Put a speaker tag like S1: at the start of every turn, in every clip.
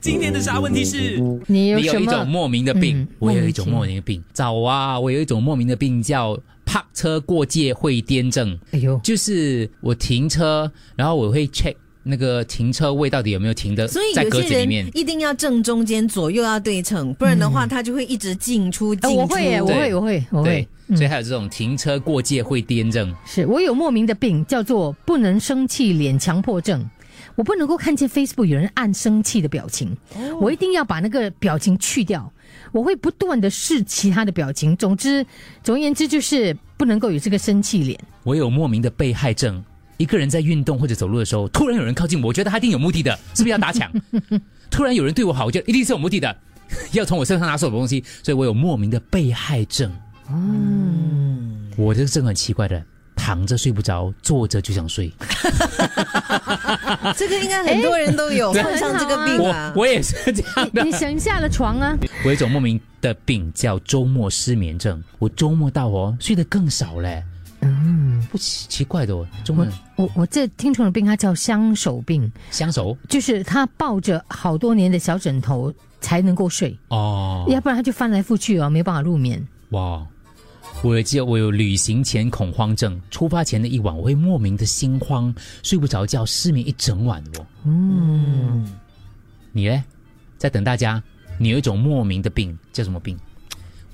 S1: 今天的啥问题是？
S2: 你有
S3: 你有
S2: 什
S3: 一种
S2: 么？
S3: 莫名的病，
S2: 嗯
S3: 我有一种
S2: 莫
S3: 莫
S2: 名
S3: 名的病。早啊，我有一种莫名的病叫泊车过界会颠症，
S2: 哎呦，
S3: 就是我停车，然后我会 check 那个停车位到底有没有停的
S4: 所以
S3: 在
S4: 有
S3: 格
S4: 些
S3: 子里
S4: 人
S3: 面。嗯
S4: 一定要正中间，左右要对称，不然的话他就会一直进出进
S2: 哎，
S4: 出。
S2: 我会耶，我会，
S3: 对
S2: 我会，我
S3: 对
S2: 会，，嗯
S3: 所以还有这种停车过界会颠症。
S2: 是我有莫名的病，叫做不能生气脸强迫症。我不能够看见 Facebook 有人按生气的表情，
S3: 哦
S2: 我一定要把那个表情去掉。我会不断的试其他的表情，总之，总而言之就是不能够有这个生气脸。
S3: 我有莫名的被害症。一个人在运动或者走路的时候，突然有人靠近我，我觉得他一定有目的的，是不是要打抢？突然有人对我好，我觉得一定是有目的的，要从我身上拿走我的东西，所以我有莫名的被害症。嗯，我这个症很奇怪的，躺着睡不着，坐着就想睡。
S4: 这个应该很多人都有
S3: 哎
S4: 患上这个病啊
S3: 我。我也是这样的。
S2: 你省下了床啊，
S3: 我有一种莫名的病叫周末失眠症，我周末到哦睡得更少嘞。嗯，不奇奇怪的哦，周末
S2: 我我我这听说的病，它叫相手病，
S3: 相熟
S2: 就是他抱着好多年的小枕头才能够睡，
S3: 哦。
S2: 要不然他就翻来覆去啊，没办法入眠。
S3: 哇，我也记得我有旅行前恐慌症，出发前的一晚我会莫名的心慌，睡不着觉，失眠一整晚哦。嗯，你嘞，在等大家，你有一种莫名的病，叫什么病？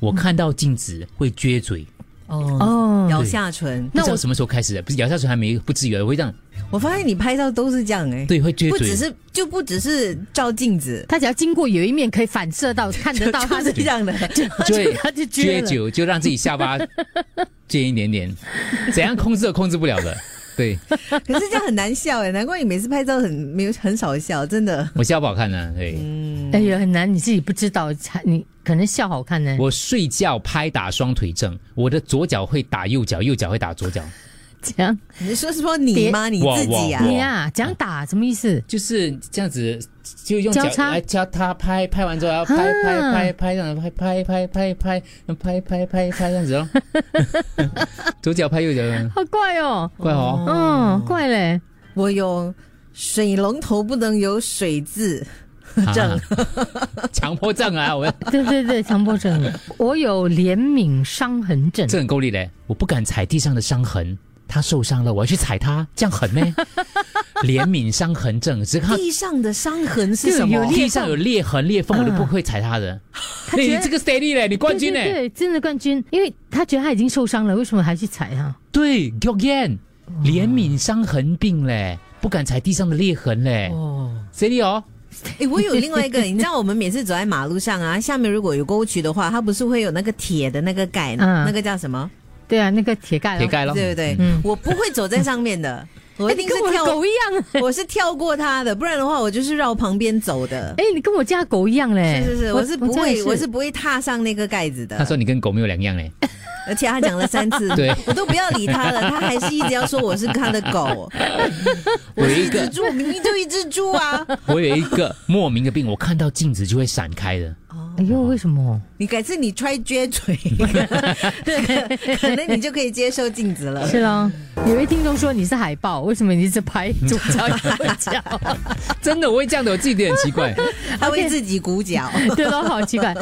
S3: 我看到镜子会撅嘴，
S4: 哦，
S2: 哦，
S4: 咬下唇，
S3: 嗯不
S2: 那
S3: 知道
S2: 我
S3: 什么时候开始的，不是咬下唇还没不至于，我会这样，
S4: 我发现你拍照都是这样哎，
S3: 对，会撅
S4: 不
S3: 嘴
S4: 只，是就不只是照 镜子，
S2: 他只要经过有一面可以反射到看得到他
S4: 就是
S2: 的
S4: 这样的。
S3: 就会
S2: 他就撅
S3: 撅
S2: 了。
S3: 久，就让自己下巴撅一点点，怎样控制都控制不了的。对
S4: 可是这样很难笑哎，难怪你每次拍照很没有很少笑，真的。
S3: 我笑不好看呢、对。
S2: 哎呀，很难，你自己不知道，才你可能笑好看呢。
S3: 我睡觉拍打双腿症，我的左脚会打右脚，右脚会打左脚，
S2: 这样
S4: 你说说你吗？你自己啊
S3: 哇？
S2: 你啊，讲打什么意思？
S3: 就是这样子，就用脚
S2: 交叉
S3: 来交叉拍，拍完之后要拍拍
S2: 啊
S3: 拍拍，这样拍拍拍拍拍拍拍拍拍这样子哦，左脚拍右脚，
S2: 好怪哦，
S3: 怪哦，
S2: 嗯，怪嘞，
S4: 我有水龙头不能有水渍，症
S3: 啊强迫症啊，我
S2: 对对对，强迫症。我有怜悯伤痕症，
S3: 这很够力嘞，我不敢踩地上的伤痕。他受伤了，我要去踩他，这样狠咩？怜悯伤痕症，只看
S4: 地上的伤痕是
S2: 就
S4: 什么
S2: 有？
S3: 地上有裂痕裂缝，我都
S2: 啊
S3: 不会踩他的。
S2: 觉
S3: 你
S2: 得
S3: 哎这个 steady 嘞，你冠军
S2: 对
S3: 嘞
S2: 对。对，真的冠军，因为他觉得他已经受伤了，为什么还去踩他？
S3: 对哦 g o g a n 怜悯伤痕病嘞，不敢踩地上的裂痕嘞。哦，谁理哦？
S4: 哎、我有另外 一个，你知道我们每次走在马路上啊，下面如果有沟渠的话，它不是会有那个铁的那个盖，
S2: 嗯
S4: 那个叫什么？
S2: 对啊，那个铁盖咯，
S3: 铁盖咯。
S4: 对不对？
S2: 嗯
S4: 我不会走在上面的， 我
S2: 哎，
S4: 一
S2: 你
S4: 定是
S2: 跟我的
S4: 跳，
S2: 狗一样。
S4: 我是跳过它的，不然的话我就是绕旁边走的。
S2: 哎，你跟 哎我家狗一样嘞！
S4: 是是是，我是不
S2: 家也
S4: 会，我是不会踏上那个盖子
S3: 他
S4: 的。
S3: 说你跟狗没有两样嘞。
S4: 而且他讲了三次，
S3: 对
S4: 我都不要理他 了，他还是一直要说我是他的狗，
S3: 我有一
S4: 一只
S3: 个，
S4: 猪，我明明就一只猪啊！
S3: 我有一个 莫名的病，我看到镜子就会闪开 的。
S2: 哎呦，为什么？
S4: 你改次你 try 撅嘴， 可可能你就可以接受镜子了。
S2: 是啊咯，有位听众说你是海豹，为什么你一直拍左脚右 脚？
S3: 真的，我会这样的，我自己觉得很奇怪。
S4: 他为自己鼓掌。
S2: 对咯，好奇怪。